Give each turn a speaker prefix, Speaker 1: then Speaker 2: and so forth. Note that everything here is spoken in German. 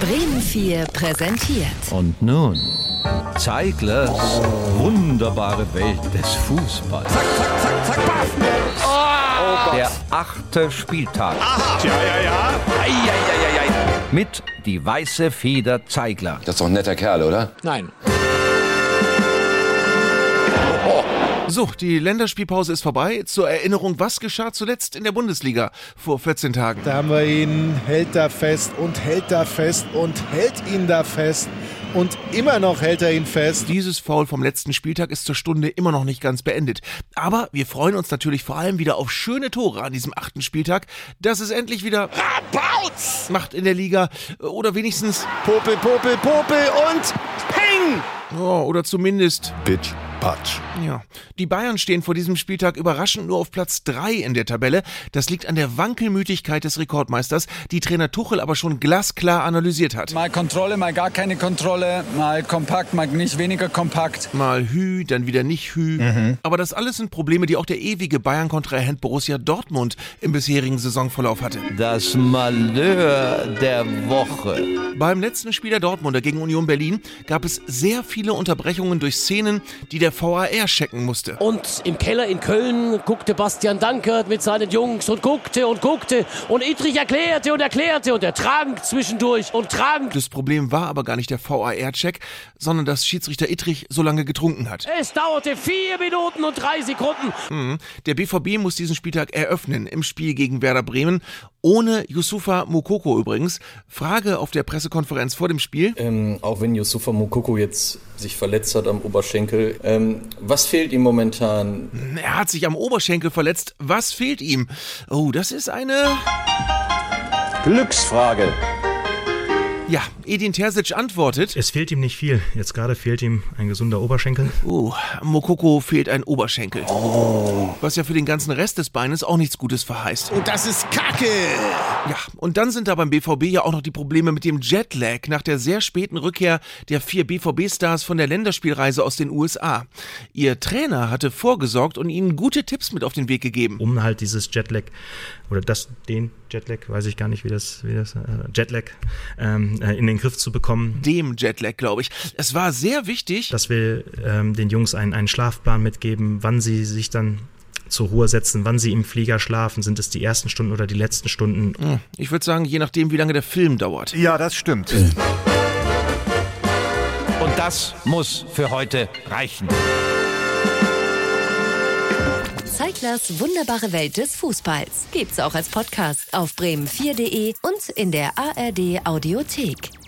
Speaker 1: Bremen 4 präsentiert.
Speaker 2: Und nun, Zeiglers wunderbare Welt des Fußballs. Der achte Spieltag
Speaker 3: Ja, Oh ja, ja.
Speaker 2: mit die weiße Feder Zeigler.
Speaker 4: Das ist doch ein netter Kerl, oder?
Speaker 5: Nein.
Speaker 6: So, die Länderspielpause ist vorbei. Zur Erinnerung, was geschah zuletzt in der Bundesliga vor 14 Tagen?
Speaker 7: Da haben wir ihn, hält da fest und hält da fest und hält ihn da fest und immer noch hält er ihn fest.
Speaker 6: Dieses Foul vom letzten Spieltag ist zur Stunde immer noch nicht ganz beendet. Aber wir freuen uns natürlich vor allem wieder auf schöne Tore an diesem achten Spieltag, dass es endlich wieder Rabauz macht in der Liga oder wenigstens
Speaker 7: Popel, Popel, Popel und
Speaker 6: oh, oder zumindest
Speaker 3: Bitch, Batsch.
Speaker 6: Ja, die Bayern stehen vor diesem Spieltag überraschend nur auf Platz 3 in der Tabelle. Das liegt an der Wankelmütigkeit des Rekordmeisters, die Trainer Tuchel aber schon glasklar analysiert hat.
Speaker 8: Mal Kontrolle, mal gar keine Kontrolle, mal kompakt, mal nicht weniger kompakt.
Speaker 6: Mal Hü, dann wieder nicht Hü. Aber das alles sind Probleme, die auch der ewige Bayern-Kontrahent Borussia Dortmund im bisherigen Saisonverlauf hatte.
Speaker 2: Das Malheur der Woche.
Speaker 6: Beim letzten Spiel der Dortmunder gegen Union Berlin gab es sehr viele Unterbrechungen durch Szenen, die der VAR checken musste.
Speaker 5: Und im Keller in Köln guckte Bastian Dankert mit seinen Jungs und guckte und guckte. Und Ittrich erklärte und erklärte und er trank zwischendurch und trank.
Speaker 6: Das Problem war aber gar nicht der VAR-Check, sondern dass Schiedsrichter Ittrich so lange getrunken hat.
Speaker 5: Es dauerte vier Minuten und drei Sekunden.
Speaker 6: Der BVB muss diesen Spieltag eröffnen im Spiel gegen Werder Bremen, ohne Yusufa Mokoko übrigens. Frage auf der Pressekonferenz vor dem Spiel.
Speaker 9: Ähm, auch wenn Yusufa Mokoko jetzt sich verletzt hat am Oberschenkel. Ähm, was fehlt ihm momentan?
Speaker 6: Er hat sich am Oberschenkel verletzt. Was fehlt ihm? Oh, das ist eine.
Speaker 4: Glücksfrage.
Speaker 6: Ja, Edin Terzic antwortet.
Speaker 10: Es fehlt ihm nicht viel. Jetzt gerade fehlt ihm ein gesunder Oberschenkel.
Speaker 6: Oh, Mokoko fehlt ein Oberschenkel. Was ja für den ganzen Rest des Beines auch nichts Gutes verheißt.
Speaker 7: Oh. und das ist Kacke.
Speaker 6: Ja, und dann sind da beim BVB ja auch noch die Probleme mit dem Jetlag nach der sehr späten Rückkehr der vier BVB-Stars von der Länderspielreise aus den USA. Ihr Trainer hatte vorgesorgt und ihnen gute Tipps mit auf den Weg gegeben.
Speaker 10: Um halt dieses Jetlag oder das, den Jetlag, weiß ich gar nicht, wie das, wie das äh, Jetlag ähm, äh, in den Griff zu bekommen.
Speaker 6: Dem Jetlag, glaube ich. Es war sehr wichtig.
Speaker 10: Dass wir ähm, den Jungs einen, einen Schlafplan mitgeben, wann sie sich dann zur Ruhe setzen, wann sie im Flieger schlafen. Sind es die ersten Stunden oder die letzten Stunden?
Speaker 6: Ich würde sagen, je nachdem, wie lange der Film dauert.
Speaker 3: Ja, das stimmt.
Speaker 2: Und das muss für heute reichen.
Speaker 1: Zeiglers wunderbare Welt des Fußballs. Gibt's auch als Podcast auf bremen4.de und in der ARD Audiothek.